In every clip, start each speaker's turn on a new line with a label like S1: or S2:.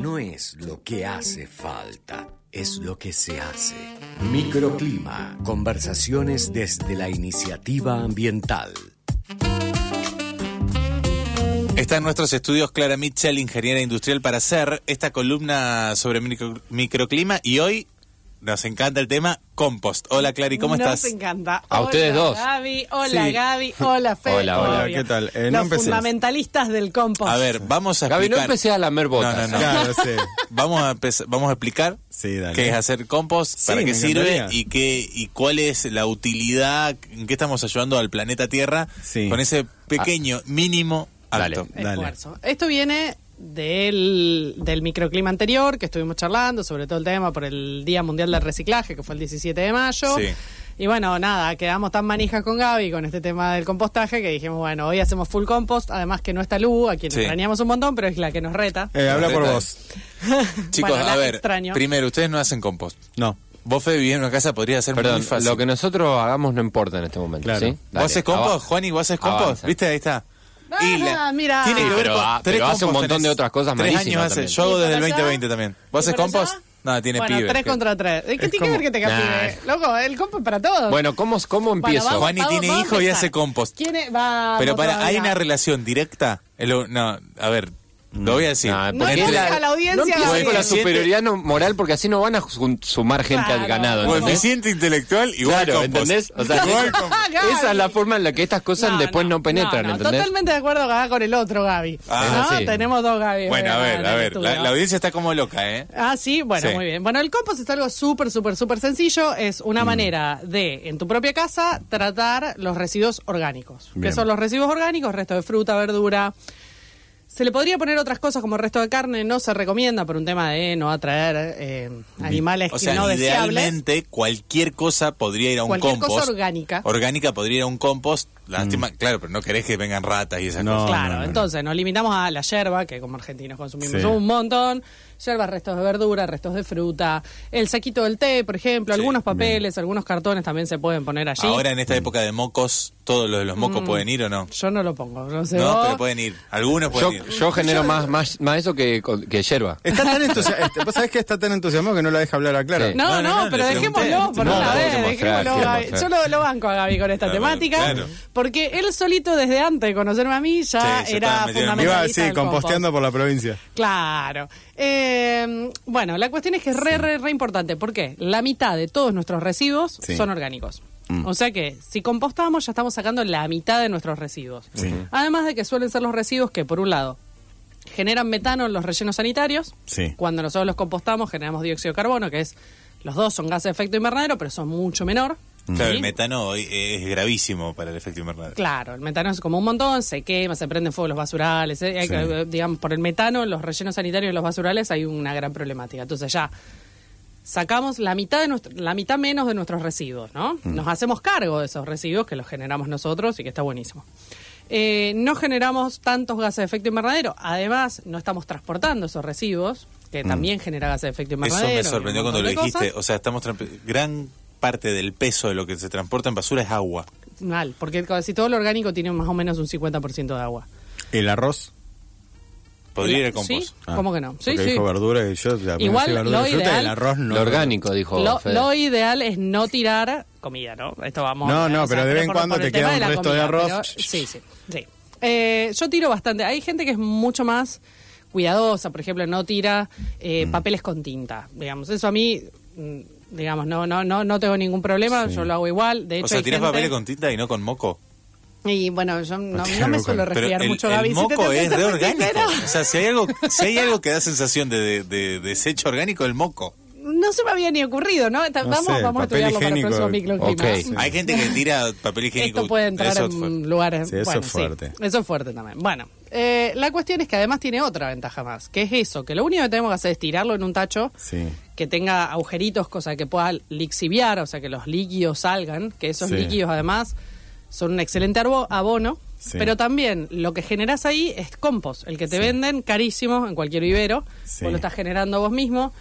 S1: No es lo que hace falta, es lo que se hace. Microclima. Conversaciones desde la iniciativa ambiental.
S2: Está en nuestros estudios Clara Mitchell, ingeniera industrial, para hacer esta columna sobre micro- microclima y hoy nos encanta el tema compost. Hola Clary, ¿cómo
S3: Nos
S2: estás?
S3: encanta.
S4: A
S3: Hola,
S4: ustedes dos.
S3: Gaby, hola
S2: Sí.
S3: Gaby, hola Fede.
S4: Hola, hola,
S3: obvio.
S5: ¿qué tal? Eh, no
S3: Los
S5: empecés.
S3: fundamentalistas del compost.
S2: A ver, vamos a
S4: Gaby, no
S2: explicar.
S4: empecé a lamer botas.
S2: No, no, no.
S5: Claro, sí.
S2: Vamos a empezar- vamos a explicar
S5: Sí, dale.
S2: qué es hacer compost,
S5: Sí,
S2: para qué
S5: me
S2: sirve
S5: encantaría.
S2: y qué y cuál es la utilidad, en qué estamos ayudando al planeta Tierra
S5: Sí.
S2: con ese pequeño mínimo
S4: Ah. Dale.
S2: acto.
S5: Dale.
S3: Esfuerzo. Esto viene del, del microclima anterior que estuvimos charlando, sobre todo el tema por el Día Mundial del Reciclaje, que fue el 17 de mayo.
S2: Sí.
S3: Y bueno, nada, quedamos tan manijas con Gaby con este tema del compostaje que dijimos, bueno, hoy hacemos full compost, además que no está Lu, a quien
S2: Sí.
S3: extrañamos un montón, pero es la que nos reta.
S5: Eh, habla por
S2: Dale.
S5: vos.
S2: Chicos,
S3: Bueno, la
S2: a ver,
S3: extraño.
S2: primero ustedes no hacen compost.
S5: No.
S2: Vos Fede vivís en una casa podría ser muy
S4: Perdón,
S2: fácil.
S4: lo que nosotros hagamos no importa en este momento.
S5: Claro.
S4: ¿sí?
S2: ¿Vos
S4: Dale,
S2: haces compost,
S4: avanza.
S2: Juani? ¿Vos haces compost?
S4: Avanza.
S2: ¿Viste? Ahí está.
S3: Ah, mira.
S2: Tiene
S3: Sí,
S2: que ver
S4: pero
S2: con
S4: ha-
S2: tres
S4: pero hace un
S2: compost
S4: montón de otras cosas
S2: Tres
S4: malísimas
S2: años hace.
S4: también.
S2: Yo hago
S3: ¿Y
S2: desde el
S3: por allá?
S2: 2020 también.
S3: ¿Y
S2: ¿Vos haces
S3: por
S2: compost?
S3: allá?
S2: Nada, tiene
S3: bueno,
S2: pibe.
S3: tres contra tres. ¿Qué
S5: Es
S3: tiene
S5: como-
S3: que ver que te capive?
S4: Nah.
S3: Loco, el compo es para todos.
S4: Bueno, ¿cómo, cómo empiezo?
S3: vamos,
S2: Juani
S3: vamos,
S2: tiene
S3: vamos a
S2: hijo y
S3: empezar.
S2: hace compost.
S3: ¿Quién es? Vamos
S2: Pero para,
S3: todavía.
S2: ¿hay una relación directa? Es lo- no, a ver, lo voy a decir.
S4: Nah,
S3: No
S4: Ah, porque
S2: Entre-
S3: quiero
S4: la-
S3: a la
S4: no
S3: audiencia.
S4: empieces
S3: Gaby.
S4: con la
S2: Coeficiente-
S4: superioridad no- moral porque así no van a jun- sumar gente
S3: Claro.
S4: al ganado. ¿entendés?
S2: Coeficiente intelectual igual
S4: Claro,
S2: compost.
S4: ¿entendés? O sea,
S2: Igual
S4: es-
S2: compost.
S4: esa es la forma en la que estas cosas después no, penetran,
S3: no, no,
S4: ¿entendés?
S3: Totalmente de acuerdo acá con el otro Gaby.
S2: Ah,
S3: ¿No?
S4: sí.
S3: Tenemos dos Gaby.
S2: Bueno, a ver, a ver. La, la
S3: audiencia
S2: audiencia está como loca, ¿eh?
S3: Ah, sí, bueno,
S2: Sí.
S3: muy bien. Bueno, el compost es algo súper, súper, súper sencillo. Es
S2: Mm.
S3: una manera de, en tu propia casa, tratar los residuos orgánicos.
S5: Bien.
S3: Que son los residuos orgánicos, resto de fruta, verdura. Se le podría poner otras cosas como resto de carne, no se recomienda por un tema de no atraer eh, animales
S2: O sea,
S3: que no deseables.
S2: idealmente cualquier cosa podría ir a un
S3: Cualquier
S2: compost.
S3: cosa orgánica.
S2: Orgánica podría ir a un compost. Lástima, claro, pero no querés que vengan ratas y esas
S5: Mm. No.
S2: cosas.
S3: Claro,
S5: no, no.
S3: entonces nos limitamos a la yerba, que como argentinos consumimos
S5: Sí.
S3: un montón. Yerba, restos de verdura, restos de fruta, el saquito del té, por ejemplo,
S2: Sí,
S3: algunos papeles, algunos cartones también se pueden poner allí.
S2: Ahora en
S5: Mm.
S2: esta época de mocos, todos los de los
S3: Mm.
S2: mocos pueden ir o no?
S3: Yo no lo pongo, no sé.
S2: No,
S3: vos.
S2: pero pueden ir. Algunos
S4: Yo,
S2: pueden ir.
S4: yo genero más, más, más eso que, que yerba.
S2: Eh,
S5: Está tan entusiasmado. Vos sabés que está tan entusiasmado que no la deja hablar a Clara. Eh,
S4: Sí.
S3: no,
S2: No,
S3: no,
S2: no, no,
S3: pero
S2: le pregunté.
S3: dejémoslo por
S4: No,
S3: una
S4: no,
S3: vez,
S4: quiero mostrar,
S3: dejémoslo.
S4: quiero
S3: Gaby. Yo
S4: mostrar.
S3: lo, lo banco a Gaby con esta
S2: Claro,
S3: temática,
S2: claro.
S3: porque él solito desde antes de conocerme a mí ya
S2: Sí, ya
S3: era
S2: estaba metido en el mundo.
S5: Iba
S3: fundamentalista
S5: así,
S3: del compost.
S5: composteando por la provincia.
S3: Claro. Eh, bueno, la cuestión es que es re, re, re importante. ¿Por qué? La mitad de todos nuestros residuos
S5: Sí. Mm.
S3: son orgánicos. O sea que si compostamos ya estamos sacando la mitad de nuestros residuos.
S5: Sí.
S3: Además de que suelen ser los residuos que, por un lado, generan metano en los rellenos sanitarios.
S5: Sí.
S3: Cuando nosotros los compostamos generamos dióxido de carbono, que es... Los dos son gases de efecto invernadero, pero son mucho menor.
S2: Claro,
S3: ¿sí?
S2: el metano hoy es gravísimo para el efecto invernadero.
S3: Claro, el metano es como un montón, se quema, se prenden fuego los basurales, eh, hay
S5: Sí.
S3: que- digamos, por el metano, los rellenos sanitarios de los basurales hay una gran problemática. Entonces ya sacamos la mitad de nuestro- la mitad menos de nuestros residuos, ¿no?
S2: Mm.
S3: Nos hacemos cargo de esos residuos que los generamos nosotros y que está buenísimo. Eh, no generamos tantos gases de efecto invernadero, además no estamos transportando esos residuos, que también genera gases de efecto
S2: Mm. Eso
S3: invernadero. y
S2: me
S3: un
S2: sorprendió cuando
S3: montón
S2: lo
S3: de cosas.
S2: dijiste. O sea, estamos tramp- gran parte del peso de lo que se transporta en basura es agua.
S3: Mal, porque casi todo lo orgánico tiene más o menos un 50% de agua.
S5: El arroz. Ah.
S2: Podría ir
S3: La-
S2: al compost.
S3: ¿Sí? ¿Cómo que no? Sí,
S5: porque
S3: sí.
S5: dijo verdura y yo. la-
S3: Igual,
S5: sí, verdura
S3: lo
S5: y fruta,
S3: ideal-
S5: el arroz no.
S4: lo orgánico, dijo
S3: Lo,
S4: Fede.
S3: lo ideal es no tirar comida, ¿no? Esto vamos.
S5: No,
S3: eh,
S5: no,
S3: o sea,
S5: pero de vez en
S3: por-
S5: cuando
S3: por el
S5: te
S3: tema
S5: queda un
S3: la
S5: resto de arroz.
S3: pero- sí, sí, sí. Eh, yo tiro bastante. Hay gente que es mucho más cuidadosa, por ejemplo, no tira eh,
S5: Mm.
S3: papeles con tinta, digamos. Eso a mí, mm, digamos, no, no, no, no tengo ningún problema. Yo lo hago igual. De hecho,
S2: o sea,
S3: hay
S2: tirás
S3: gente-
S2: papeles con tinta y no con moco.
S3: Y bueno, yo no,
S5: Pero
S3: no me
S5: con-
S3: suelo
S2: Pero
S3: resfriar
S2: el,
S3: mucho,
S2: el
S3: Gaby. si te tengo
S2: moco
S3: que
S2: es
S3: ser
S2: de
S3: muy
S2: orgánico.
S3: sincera.
S2: O sea, si hay algo, si hay algo que da sensación de, de- de desecho orgánico, el moco.
S3: No se me había ni ocurrido, ¿no? Vamos,
S5: sé,
S3: vamos a
S5: papel
S3: estudiarlo para el
S5: higiénico,
S3: próximo microclima.
S4: ok. Sí.
S2: Hay gente que tira papel higiénico.
S3: Esto puede entrar
S2: Eso
S3: en
S2: fue-
S3: lugares.
S5: Sí, eso
S3: bueno,
S5: es
S3: sí.
S5: fuerte.
S3: eso es fuerte también. Bueno, eh, la cuestión es que además tiene otra ventaja más, que es eso, que lo único que tenemos que hacer es tirarlo en un tacho
S5: Sí.
S3: que tenga agujeritos, cosa que pueda lixiviar, o sea, que los líquidos salgan, que esos
S5: Sí.
S3: líquidos además son un excelente arbo- abono,
S5: Sí.
S3: pero también lo que generás ahí es compost, el que te venden carísimo en cualquier vivero,
S5: Sí.
S3: vos lo estás generando vos mismo.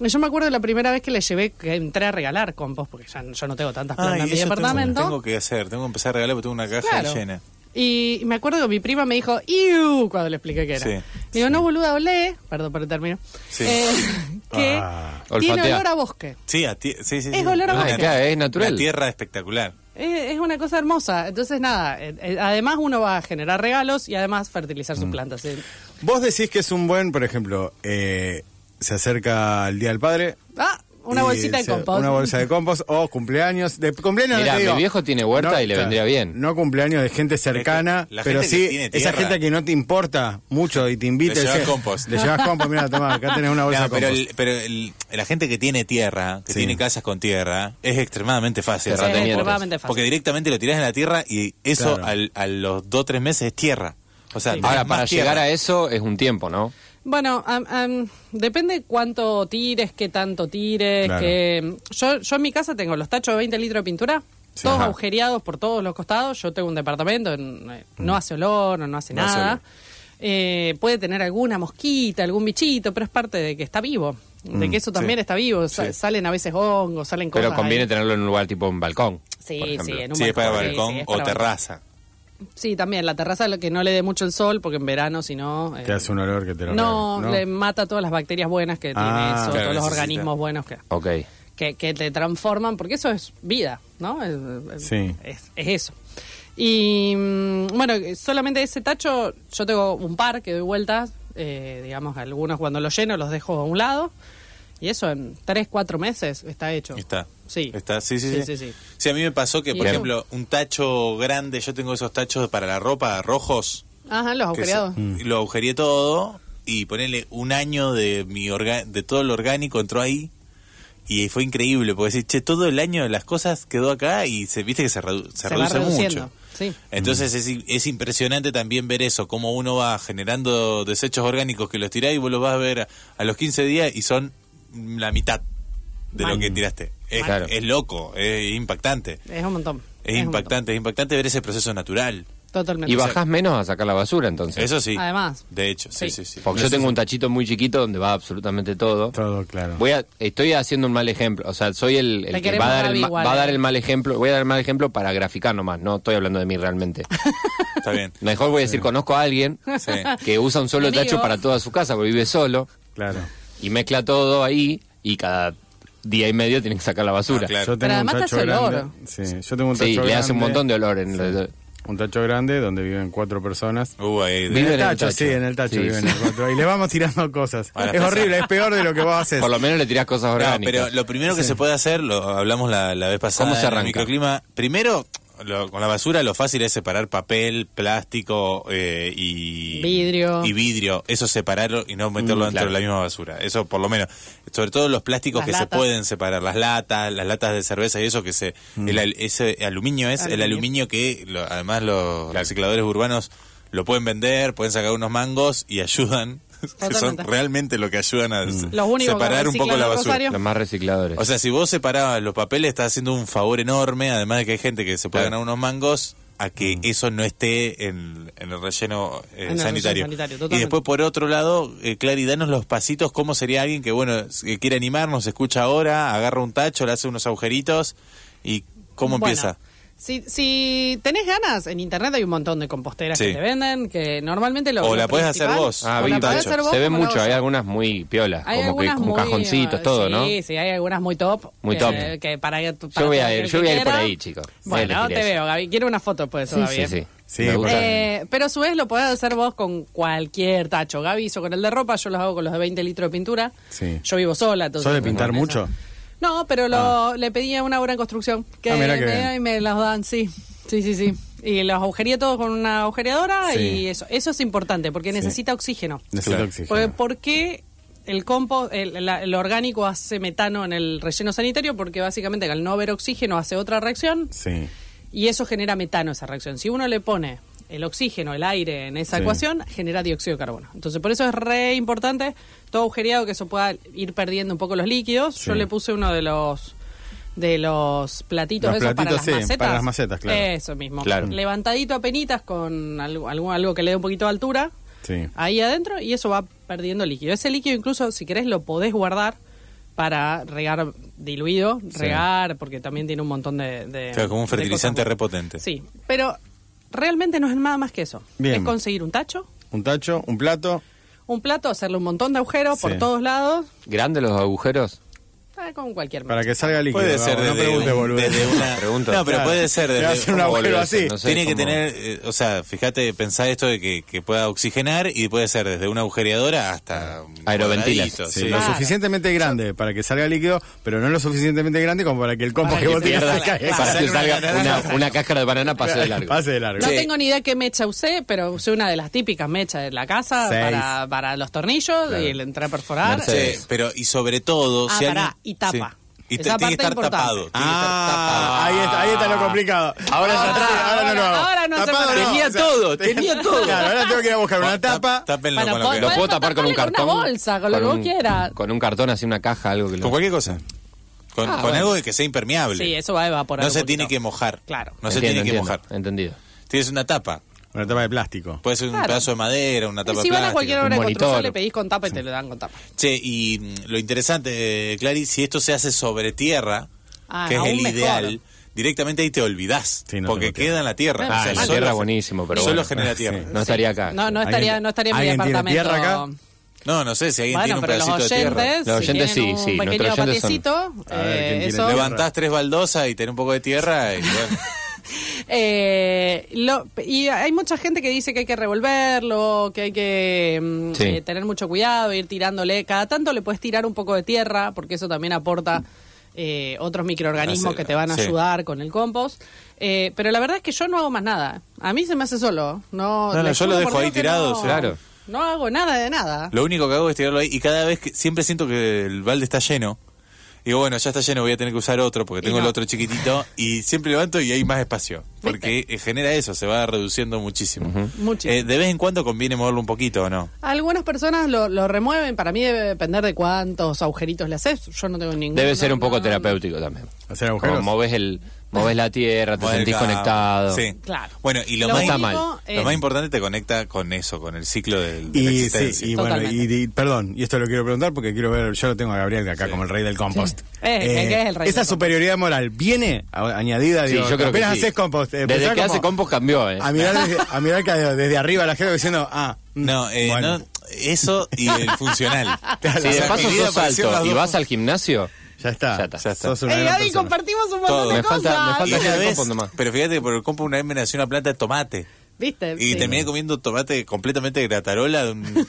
S3: Y Yo me acuerdo la primera vez que le llevé, que entré a regalar compost, porque ya n- yo no Ah, tengo tantas plantas
S2: Ay,
S3: en mi
S2: eso tengo,
S3: departamento.
S2: tengo que hacer. Tengo que empezar a regalar porque tengo una caja
S3: Claro.
S2: llena.
S3: Y me acuerdo que mi prima me dijo, ¡Iu! cuando le expliqué qué era.
S2: Sí,
S3: Le digo, no, boluda, olé, perdón por el término,
S2: Sí.
S3: eh, que
S5: Ah.
S3: tiene
S4: Olfatea.
S3: olor a bosque.
S2: Sí, a ti- sí, sí,
S3: Es
S2: sí.
S3: olor a
S2: Una-
S3: bosque.
S4: Ah, es natural.
S2: Una tierra espectacular.
S3: Es, es una cosa hermosa. Entonces, nada, eh, eh, además uno va a generar regalos y además fertilizar
S2: Mm.
S3: sus plantas. eh.
S5: Vos decís que es un buen, por ejemplo, eh, se acerca el Día del Padre.
S3: Ah, una
S5: y
S3: bolsita de
S5: se-
S3: compost.
S5: Una bolsa de compost o cumpleaños. De cumpleaños no
S4: Mirá,
S5: te
S4: mi
S5: digo.
S4: viejo tiene huerta y le
S5: claro,
S4: vendría bien.
S5: No cumpleaños de gente cercana,
S2: La gente
S5: pero
S2: que
S5: sí
S2: tiene
S5: esa
S2: tierra.
S5: gente que no te importa mucho y te invita.
S2: Le
S5: y
S2: llevas
S5: dice,
S2: compost.
S5: Le llevas compost, mira, toma, acá tenés una bolsa
S2: No,
S5: de
S2: pero
S5: compost.
S2: el- pero el- la gente que tiene tierra, que
S5: Sí.
S2: tiene casas con tierra, es extremadamente fácil.
S4: Sí,
S3: Sí, es
S4: ratenientes.
S3: extremadamente fácil.
S2: Porque directamente lo tirás en la tierra y eso
S5: Claro.
S2: al- a los dos o tres meses es tierra. O sea, tenés
S4: Ahora,
S2: más
S4: para
S2: tierra.
S4: llegar a eso es un tiempo, ¿no?
S3: Bueno, am- am, depende cuánto tires, qué tanto tires.
S5: Claro.
S3: Que... Yo, yo en mi casa tengo los tachos de 20 litros de pintura, todos
S5: Ajá.
S3: agujereados por todos los costados. Yo tengo un departamento, en- eh, no hace olor, no, no hace
S2: No hace
S3: nada.
S2: olor.
S3: Eh, puede tener alguna mosquita, algún bichito, pero es parte de que está vivo. De que eso también está vivo. Sa-
S2: Sí.
S3: Salen a veces hongos, salen cosas.
S4: Pero conviene
S3: ahí.
S4: tenerlo en un lugar tipo un balcón.
S3: Sí,
S4: por ejemplo.
S3: sí, en un
S2: Sí, es para
S3: balcón, sí,
S2: balcón
S3: sí, es
S2: o
S3: para balcón.
S2: terraza.
S3: Sí, también la terraza lo que no le dé mucho el sol, porque en verano, si no. eh,
S5: Te hace un olor que te lo
S3: no,
S5: regalo,
S3: le mata todas las bacterias buenas que
S5: Ah,
S3: tiene eso,
S2: claro,
S3: todos los
S2: necesita.
S3: organismos buenos que,
S4: Ok.
S3: que, que te transforman, porque eso es vida, ¿no? Es, es-
S5: Sí.
S3: es- es eso. Y mm, bueno, solamente ese tacho, yo tengo un par que doy vueltas, eh, digamos, algunos cuando los lleno los dejo a un lado, y eso en tres, cuatro meses está hecho.
S2: Está.
S3: Sí.
S2: Está, sí, sí,
S3: Sí,
S2: sí.
S3: sí, sí.
S2: Sí, a mí me pasó que,
S3: ¿Y
S2: por
S3: eso?
S2: ejemplo, un tacho grande, yo tengo esos tachos para la ropa rojos.
S3: Ajá, los
S2: que se- Mm.
S3: agujereados.
S2: Lo agujereé todo y ponerle un año de mi orga- de todo lo orgánico entró ahí. Y fue increíble, porque decís, che, todo el año las cosas quedó acá y se viste que se, redu- se
S3: Se va
S2: reduce
S3: reduciendo,
S2: mucho.
S3: sí.
S2: Entonces es, i- es impresionante también ver eso, cómo uno va generando desechos orgánicos que los tirás y vos los vas a ver a, a los 15 días y son la mitad de
S3: Mal.
S2: lo que tiraste. Es,
S4: Claro.
S2: es loco, es impactante.
S3: Es un montón.
S2: Es,
S3: un montón.
S2: impactante, es impactante ver ese proceso natural.
S3: Totalmente.
S4: Y bajás menos a sacar la basura, entonces.
S2: Eso sí.
S3: Además.
S2: De hecho, sí,
S3: Sí.
S2: sí, sí.
S4: Porque yo tengo un tachito muy chiquito donde va absolutamente todo.
S5: Todo, claro.
S4: Voy a, estoy haciendo un mal ejemplo, o sea, soy el,
S3: Te
S4: el que
S3: queremos,
S4: va a, dar el,
S3: Gaby,
S4: ma-
S3: igual,
S4: va a dar
S3: eh.
S4: el mal ejemplo, voy a dar el mal ejemplo para graficar nomás, no estoy hablando de mí realmente.
S2: Está bien.
S4: Mejor voy a decir, conozco a alguien
S2: Sí.
S4: que usa un solo
S3: Amigo.
S4: tacho para toda su casa, porque vive solo,
S5: Claro.
S4: y mezcla todo ahí, y cada día y medio tiene que sacar la basura.
S2: Ah, claro.
S5: Yo tengo
S3: Pero
S5: un
S3: además te
S5: tacho
S3: hace olor.
S5: grande. Sí, yo tengo un tacho
S4: Sí,
S5: grande.
S4: le hace un montón de olor en lo-
S5: Un tacho grande donde viven cuatro personas.
S2: Uh, ahí, de-
S4: Vive- Viven
S5: en el
S4: en el
S5: tacho,
S4: tacho.
S5: sí, en el tacho
S4: Sí,
S5: viven
S4: sí.
S5: los cuatro. Y le vamos tirando cosas.
S2: Ahora
S5: es
S2: pasa.
S5: horrible, es peor de lo que vos haces.
S4: Por lo menos le tirás cosas
S2: No,
S4: orgánicas.
S2: pero lo primero que se puede hacer, lo hablamos la, la vez pasada
S4: ¿Cómo se
S2: en el
S4: arranca?
S2: microclima. Primero, lo- con la basura lo fácil es separar papel, plástico eh, y
S3: Vidrio.
S2: Y vidrio. Eso separarlo y no meterlo dentro
S4: Mm, claro.
S2: de la misma basura. Eso por lo menos. Sobre todo los plásticos
S3: Las
S2: que se
S3: latas.
S2: pueden separar. Las latas, las latas de cerveza y eso que se...
S4: Mm.
S2: el al- ese aluminio es el
S3: Aluminio.
S2: aluminio que lo- además los recicladores urbanos lo pueden vender, pueden sacar unos mangos y ayudan. Que son
S3: Totalmente.
S2: realmente lo que ayudan a
S4: Mm.
S2: se-
S3: Los únicos que
S2: separar un poco
S3: reciclan
S2: la
S3: en
S2: basura.
S3: Rosario.
S4: Los más recicladores.
S2: O sea, si vos separabas los papeles, estás haciendo un favor enorme, además de que hay gente que se puede
S4: Claro.
S2: ganar unos mangos, a
S5: Mm.
S2: que eso no esté en, en el relleno eh,
S3: En el
S2: sanitario.
S3: relleno sanitario,
S2: y
S3: totalmente.
S2: después, por otro lado, eh, Clary, danos los pasitos, cómo sería alguien que, bueno, que quiere animarnos, escucha ahora, agarra un tacho, le hace unos agujeritos y cómo
S3: Bueno,
S2: empieza.
S3: Si, si tenés ganas, en internet hay un montón de composteras
S2: Sí.
S3: que te venden, que normalmente lo
S2: O
S3: lo
S2: la podés hacer
S3: principal-
S2: vos,
S4: Ah,
S3: o
S2: un
S3: la
S4: vi,
S3: podés
S2: tacho.
S3: hacer vos
S4: se ve
S3: como la
S4: mucho,
S3: hago
S4: hay
S3: yo.
S4: algunas muy piolas,
S3: Hay
S4: como que
S3: algunas
S4: con
S3: muy,
S4: cajoncitos, todo, ¿no?
S3: Sí, sí, hay algunas muy top.
S4: Muy
S3: que-
S4: top.
S3: Que para, para
S4: Yo voy a
S3: todo
S4: ir,
S3: el
S4: yo
S3: que
S4: voy a ir por
S3: quiera.
S4: ahí, chicos. Voy a
S3: Bueno,
S4: elegir
S3: te
S4: eso.
S3: veo, Gaby. Quiero una foto pues, después de eso,
S4: Sí, sí,
S3: Gaby.
S4: sí.
S5: Sí,
S4: Me gusta.
S3: Eh, pero a su vez lo podés hacer vos con cualquier tacho. Gaby hizo con el de ropa, yo los hago con los de 20 litros de pintura.
S5: Sí.
S3: Yo vivo sola, entonces.
S5: ¿Sos de pintar
S3: con eso.
S5: mucho?
S3: No, pero lo, le pedí a una obra en construcción que
S5: Ah, mirá qué
S3: me,
S5: bien.
S3: y me los dan, sí. Sí, sí, sí. Y los agujería todos con una agujereadora
S5: Sí.
S3: y eso. Eso es importante porque
S5: Sí.
S3: necesita oxígeno.
S5: Necesito
S2: Claro.
S5: oxígeno.
S3: Porque, ¿Por qué el compost, el, la- el orgánico hace metano en el relleno sanitario? Porque básicamente al no haber oxígeno hace otra reacción
S5: Sí.
S3: y eso genera metano, esa reacción. Si uno le pone el oxígeno, el aire en esa
S5: Sí.
S3: ecuación, genera dióxido de carbono. Entonces, por eso es re importante, todo agujereado, que eso pueda ir perdiendo un poco los líquidos. Yo
S5: Sí.
S3: le puse uno de los de los platitos
S5: Los
S3: esos para
S5: platitos,
S3: las
S5: sí, para
S3: macetas.
S5: las macetas, claro.
S3: Eso mismo.
S4: Claro.
S3: Levantadito a penitas con algo, algo, algo que le dé un poquito de altura
S5: Sí.
S3: ahí adentro y eso va perdiendo líquido. Ese líquido incluso si querés lo podés guardar para regar diluido, regar, porque también tiene un montón de... de-
S2: O sea, como un
S3: eh, de
S2: fertilizante
S3: cosas buenas.
S2: repotente.
S3: Sí, pero realmente no es nada más que eso.
S5: Bien.
S3: Es conseguir un tacho,
S5: Un tacho, un plato.
S3: un plato, hacerle un montón de agujeros
S5: Sí.
S3: por todos lados,
S4: ¿Grandes los agujeros?
S3: eh, con cualquier
S5: Para que salga líquido.
S2: Puede ser
S5: vamos,
S2: desde,
S5: no pregunte,
S2: un-
S5: boludo.
S2: desde una
S4: Pregunta.
S2: No, pero
S5: Claro.
S2: puede ser
S5: Te
S2: desde
S5: hace un agujero
S4: boludo,
S5: así.
S4: no sé.
S2: Tiene que
S4: cómo-
S2: tener, eh, o sea, fíjate, pensá esto de que, que pueda oxigenar y puede ser desde una agujereadora
S4: Ah,
S2: hasta un
S4: Aeroventila.
S2: cuadradito,
S5: Sí,
S2: sí.
S5: Lo
S3: Claro.
S5: suficientemente grande para que salga líquido, pero no lo suficientemente grande como para que el
S3: Para
S5: compost que
S3: que
S5: vos tirás
S4: pierda-
S5: se caiga.
S4: para que
S2: Sacar una
S4: salga
S2: banana.
S4: una, una cáscara de banana pase de largo.
S5: Pase de largo.
S3: No
S2: Sí.
S3: tengo ni idea qué mecha usé, pero usé una de las típicas mechas de la casa
S5: Seis.
S3: para, para los tornillos y el entrar a perforar.
S2: Sí, pero y sobre todo,
S3: Ah,
S2: si
S3: pará,
S2: alguien-
S3: y tapa.
S2: Sí. Y
S3: Esa
S2: te- tiene que
S3: parte
S2: estar
S3: importante.
S2: tapado. tiene que estar
S5: Ah, ahí está, ahí está lo complicado. Ahora ya
S3: Ahora,
S5: está, ahora no lo hago.
S3: ahora no se
S5: Tapado
S3: puede.
S4: Tenía todo, tenía todo.
S5: Claro, ahora tengo que ir a buscar una
S2: tapado.
S5: tapa.
S2: Tápenlo
S3: Bueno,
S2: con lo que-
S4: Lo
S3: Bueno,
S4: puedo tapar con un
S3: tapale con
S4: cartón.
S3: una bolsa, con lo que vos
S4: un-
S3: quieras.
S4: Con un cartón, así una caja, algo que lo.
S2: Con cualquier cosa. Con, con
S4: bueno.
S2: algo de que sea impermeable.
S3: Ah, Sí, eso va a evaporar.
S2: No
S3: un
S2: se
S3: poquito.
S2: tiene que mojar.
S3: Claro.
S2: No se
S4: Entiendo,
S2: tiene que
S4: entiendo,
S2: mojar.
S4: Entendido.
S2: Tienes una tapa.
S5: Una tapa de plástico.
S2: Puede ser un
S3: Claro.
S2: pedazo de madera, una tapa
S3: si van a
S2: plástica.
S3: cualquier obra de
S4: un
S3: construcción,
S4: monitor.
S3: le pedís con tapa y te lo dan con tapa.
S2: Che, y mm, lo interesante, eh, Clary, si esto se hace sobre tierra,
S3: Ah,
S2: que es
S3: aún
S2: el
S3: mejor.
S2: ideal, directamente ahí te olvidás,
S5: Sí, no
S2: porque
S5: tengo tierra.
S2: queda en la tierra.
S3: Ah, la
S2: el
S4: tierra
S2: sol-
S4: buenísimo, pero
S2: Solo
S4: bueno.
S2: genera tierra.
S5: Sí.
S4: No estaría acá.
S3: No, no estaría, no estaría en mi
S5: ¿Alguien tiene
S3: departamento.
S5: tierra acá?
S2: No, no sé si alguien
S3: Bueno,
S2: tiene
S3: pero
S2: un
S3: los
S2: pedacito de tierra.
S3: oyentes,
S4: Los
S3: si
S4: oyentes
S3: tienen
S4: sí,
S3: un
S4: sí,
S3: pequeño
S4: nuestros oyentes son-
S3: patiecito,
S5: A ver,
S3: eh,
S5: ¿quién tiene
S3: eso,
S5: tierra?
S2: Levantás tres baldosas y tenés un poco de tierra y bueno.
S3: Eh, lo- y hay mucha gente que dice que hay que revolverlo, que hay que mm,
S4: Sí.
S3: eh, tener mucho cuidado, ir tirándole. Cada tanto le puedes tirar un poco de tierra, porque eso también aporta eh, otros microorganismos
S2: Hacer-
S3: que te van a
S2: sí.
S3: ayudar con el compost. Eh, pero la verdad es que yo no hago más nada. A mí se me hace solo. No,
S2: No, no,
S3: les
S2: yo lo
S3: juro por
S2: dejo ahí
S3: Dios que
S2: tirado,
S3: no-
S4: claro.
S3: No hago nada de nada.
S2: Lo único que hago es tirarlo ahí y cada vez que siempre siento que el balde está lleno. Digo, bueno, ya está lleno, voy a tener que usar otro porque
S3: Y
S2: tengo
S3: no.
S2: el otro chiquitito y siempre levanto y hay más espacio. Porque eh, genera eso, se va reduciendo muchísimo.
S3: Muchísimo.
S2: Eh, de vez en cuando conviene moverlo un poquito o no.
S3: Algunas personas lo, lo remueven. Para mí debe depender de cuántos agujeritos le haces. Yo no tengo ninguno.
S4: Debe ser un poco
S3: no, no.
S4: terapéutico también.
S5: Hacer agujeros.
S4: Como moves, el, moves la tierra, te
S2: Mover el
S4: sentís
S2: cable.
S4: conectado.
S2: Sí.
S3: Claro.
S2: Bueno, y lo,
S3: Lo
S2: más,
S4: único
S2: lo
S3: es-
S2: más importante te conecta con eso, con el ciclo del- de, la
S5: Y, sí,
S2: existencia.
S5: y bueno, y,
S3: Totalmente.
S5: y- perdón, y esto lo quiero preguntar porque quiero ver, yo lo tengo a Gabriel acá como el rey del compost.
S3: Eh, ¿qué es el rey del
S5: esa
S3: compost?
S5: superioridad moral viene a- añadida,
S4: Sí,
S5: digo,
S4: yo creo que
S5: apenas
S4: sí.
S5: haces compost. eh,
S4: Desde
S5: empezás
S4: que hace
S5: como
S4: compost cambió, ¿eh?
S5: A mirar, desde, a mirar que desde arriba la gente diciendo, ah, mm,
S2: No, eh,
S5: bueno.
S2: no, eso y el funcional.
S4: Si de paso
S2: mi vida
S4: sos
S2: aparecieron las
S4: alto y
S2: dos
S4: vas al gimnasio,
S5: Ya está.
S4: Ya está.
S2: Ya está.
S5: Sos una
S3: Ey,
S5: gran
S3: Gaby,
S5: persona.
S3: compartimos un montón
S2: Todo.
S3: de
S2: Me
S3: cosas.
S4: falta- me
S2: Y
S4: falta
S2: una
S4: el
S2: vez-
S4: compost nomás.
S2: pero fíjate que por el compo una vez me nació una planta de tomate.
S3: ¿Viste?
S2: Y
S3: Sí.
S2: terminé comiendo tomate completamente de gratarola de, un-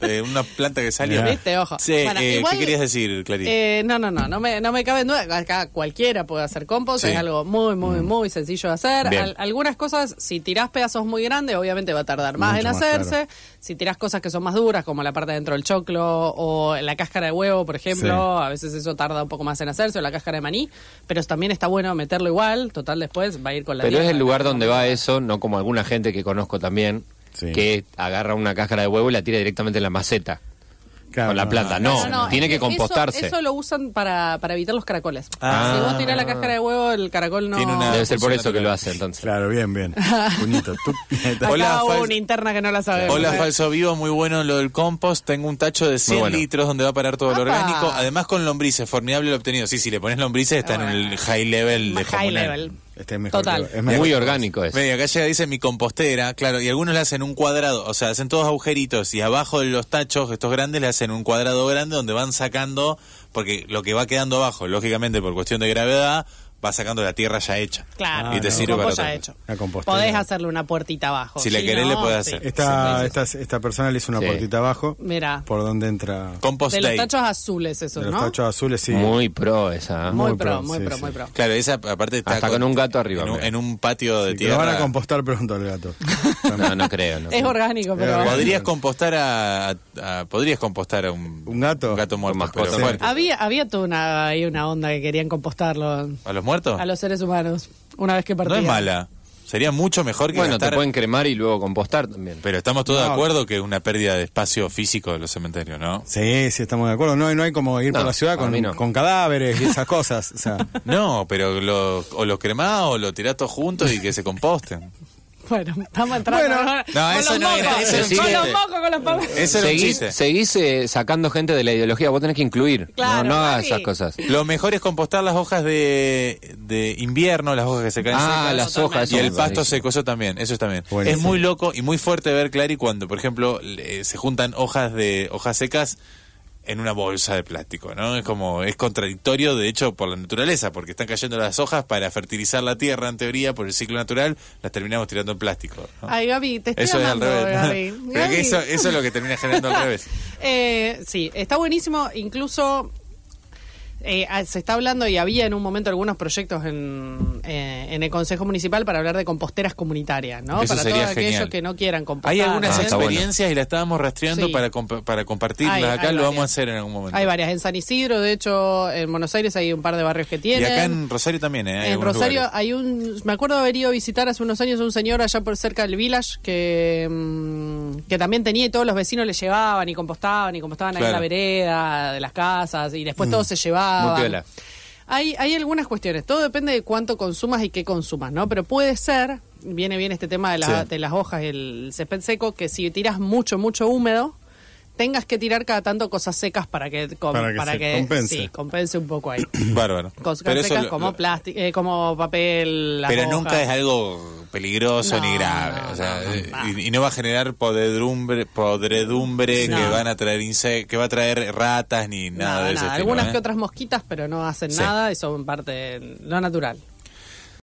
S2: de una planta que salió.
S5: Ya.
S3: ¿Viste? Ojo.
S2: Sí,
S3: Bueno,
S2: eh,
S3: igual-
S2: ¿Qué querías decir, Clarín?
S3: Eh, no, no, no, no me, no me cabe en duda. Acá cualquiera puede hacer compost,
S2: Sí.
S3: es algo muy, muy, muy sencillo de hacer.
S4: Bien.
S3: Al- algunas cosas, si tirás pedazos muy grandes, obviamente va a tardar más
S5: Mucho
S3: en
S5: más,
S3: hacerse. Si tirás cosas que son más duras, como la parte dentro del choclo o la cáscara de huevo, por ejemplo,
S5: Sí.
S3: a veces eso tarda un poco más en hacerse, o la cáscara de maní, pero también está bueno meterlo igual. Total, después va a ir con la
S4: pero es
S3: tierra.
S4: el lugar donde va eso, no como alguna gente que conozco también,
S5: Sí.
S4: que agarra una cáscara de huevo y la tira directamente en la maceta.
S5: Claro,
S4: con la
S5: no,
S4: planta,
S5: no.
S4: no, tiene que
S3: eso-
S4: compostarse.
S3: Eso, lo usan para, para evitar los caracoles.
S2: Ah.
S3: Si vos tirás la cáscara de huevo, el caracol no.
S2: Tiene una- Ah,
S4: Debe ser por
S2: funciona
S4: eso que
S2: natural.
S4: lo hace entonces.
S5: Claro, bien, bien. Puñito. tú.
S3: Acá
S2: Hola,
S3: hubo
S2: fal-
S3: una interna que no la sabemos.
S2: Hola,
S3: ¿eh?
S2: falso vivo, muy bueno lo del compost. Tengo un tacho de 100
S4: bueno.
S2: litros donde va a parar todo lo
S3: ¡Apa!
S2: orgánico. Además con lombrices, formidable lo obtenido. Sí, si le pones lombrices está en el high level de
S3: Más high
S2: comunal.
S3: level.
S5: Este es mejor
S3: Total.
S5: que- es mejor
S4: Muy
S5: que-
S4: orgánico es.
S2: Medio, acá llega, dice mi compostera, claro, y algunos le hacen un cuadrado, o sea, hacen todos agujeritos y abajo de los tachos, estos grandes, le hacen un cuadrado grande donde van sacando, porque lo que va quedando abajo, lógicamente por cuestión de gravedad, va sacando la tierra ya hecha.
S3: Claro.
S2: y te
S3: no.
S2: sirve
S3: Como
S2: para
S3: ya
S2: otra cosa.
S3: hecho.
S5: Una compostera.
S3: Podés hacerle una puertita abajo.
S2: Si le querés, le podés hacer.
S5: Esta, esta, esta persona le hizo una
S4: Sí.
S5: puertita abajo.
S3: Mirá.
S5: Por donde entra.
S2: Compost
S3: De los
S2: day.
S3: tachos azules, eso,
S5: de los
S3: ¿no?
S5: tachos azules, sí.
S4: Muy pro esa. ¿eh?
S3: muy,
S5: muy
S3: pro,
S5: pro,
S3: muy
S5: sí,
S3: pro,
S5: sí.
S3: muy pro.
S2: Claro, esa aparte está
S4: Hasta Ah, con un gato arriba,
S2: En un,
S4: mira.
S2: en un patio de
S5: Sí, que Lo
S2: tierra.
S5: van a compostar pronto el gato.
S4: No, no creo. No
S3: Es
S4: creo.
S3: orgánico, pero.
S5: orgánico.
S2: Podrías compostar a, a- a- podrías compostar a un,
S5: ¿Un gato?
S2: muerto,
S4: Con mascota.
S2: pero
S4: Sí.
S2: fuerte.
S3: Había, había toda una, ahí una onda que querían compostarlo
S2: a los muertos.
S3: a los seres humanos una vez que
S2: no
S3: partían.
S2: es mala. Sería mucho mejor que
S4: Bueno, te
S2: gastar-
S4: pueden cremar y luego compostar también.
S2: Pero estamos todos
S5: No.
S2: de acuerdo que es una pérdida de espacio físico de los cementerios, ¿no?
S5: Sí, sí, estamos de acuerdo. No, y no hay como ir por
S4: No,
S5: la ciudad
S4: para
S5: con,
S4: mí no.
S5: con cadáveres y esas cosas. O sea,
S2: No, pero lo- o los cremás o los tirás todos juntos y que se composten.
S3: Bueno, estamos entrando.
S5: Bueno,
S3: ahora
S2: no,
S3: con
S2: eso
S3: los
S2: no
S3: mocos,
S2: era,
S4: eso era un
S3: Con los
S2: chiste.
S3: mocos, con los pocos.
S2: Ese era un
S4: Seguís,
S2: chiste.
S4: seguís, eh, sacando gente de la ideología, vos tenés que incluir.
S3: Claro,
S4: no, no hagas
S3: Mari.
S4: esas cosas.
S2: Lo mejor es compostar las hojas de, de invierno, las hojas que se caen
S4: Ah,
S2: secas.
S4: las hojas.
S2: Y
S4: eso
S2: el
S4: me
S2: pasto
S4: parece.
S2: seco, eso también, eso también.
S5: Buenísimo.
S2: Es muy loco y muy fuerte ver, Clary, cuando, por ejemplo, le- se juntan hojas de hojas secas en una bolsa de plástico, ¿no? Es como, es contradictorio, de hecho, por la naturaleza, porque están cayendo las hojas para fertilizar la tierra, en teoría, por el ciclo natural, las terminamos tirando en plástico. ¿no?
S3: Ay, Gaby, te Ah, estoy
S2: Eso es al
S3: amando,
S2: revés.
S3: Gaby.
S2: Pero que
S3: Gaby.
S2: eso, eso es lo que termina generando al revés.
S3: Eh, sí, está buenísimo. Incluso eh, ah, se está hablando y había en un momento algunos proyectos en, eh, en el Consejo Municipal para hablar de composteras comunitarias, ¿no?
S2: Eso
S3: para
S2: sería
S3: todos aquellos
S2: genial.
S3: que no quieran compostar.
S2: Hay algunas
S4: Ah,
S3: ¿no?
S4: está bueno.
S2: experiencias y las estábamos rastreando
S3: Sí.
S2: para, comp- para compartirlas
S3: Hay-
S2: acá,
S3: hay
S2: lo vamos a
S3: varias.
S2: hacer en algún momento.
S3: Hay varias. En San Isidro, de hecho, en Buenos Aires hay un par de barrios que
S2: y
S3: tienen.
S2: acá en Rosario también, ¿eh? Hay
S3: En
S2: algunos
S3: Rosario
S2: lugares.
S3: hay un... Me acuerdo haber ido a visitar hace unos años a un señor allá por cerca del Village que, mm, que también tenía y todos los vecinos le llevaban y compostaban y compostaban ahí en la
S2: Claro. Mm.
S3: vereda de las casas y después todos se llevaban.
S4: Muy piola.
S3: Hay, hay algunas cuestiones. Todo depende de cuánto consumas y qué consumas, ¿no? Pero puede ser, viene bien este tema de, la-
S2: Sí.
S3: de las hojas y el césped seco, que si tiras mucho, mucho húmedo, tengas que tirar cada tanto cosas secas para que, com-
S5: Para que se compense.
S3: sí, compense un poco ahí.
S2: Bárbaro.
S3: Cosas
S2: Pero eso
S3: secas
S2: lo-
S3: como
S2: lo-
S3: plástico, como papel. las
S2: pero
S3: hojas.
S2: nunca es algo peligroso
S3: No,
S2: ni grave.
S3: no,
S2: o sea,
S3: no, no,
S2: eh,
S3: no.
S2: Y, y no va a generar podredumbre, podredumbre que
S3: No.
S2: van a traer insectos, que va a traer ratas ni nada,
S3: Nada,
S2: de ese
S3: nada.
S2: estilo,
S3: Algunas
S2: ¿eh?
S3: que otras mosquitas, pero no hacen
S2: Sí.
S3: nada y son parte de- no natural.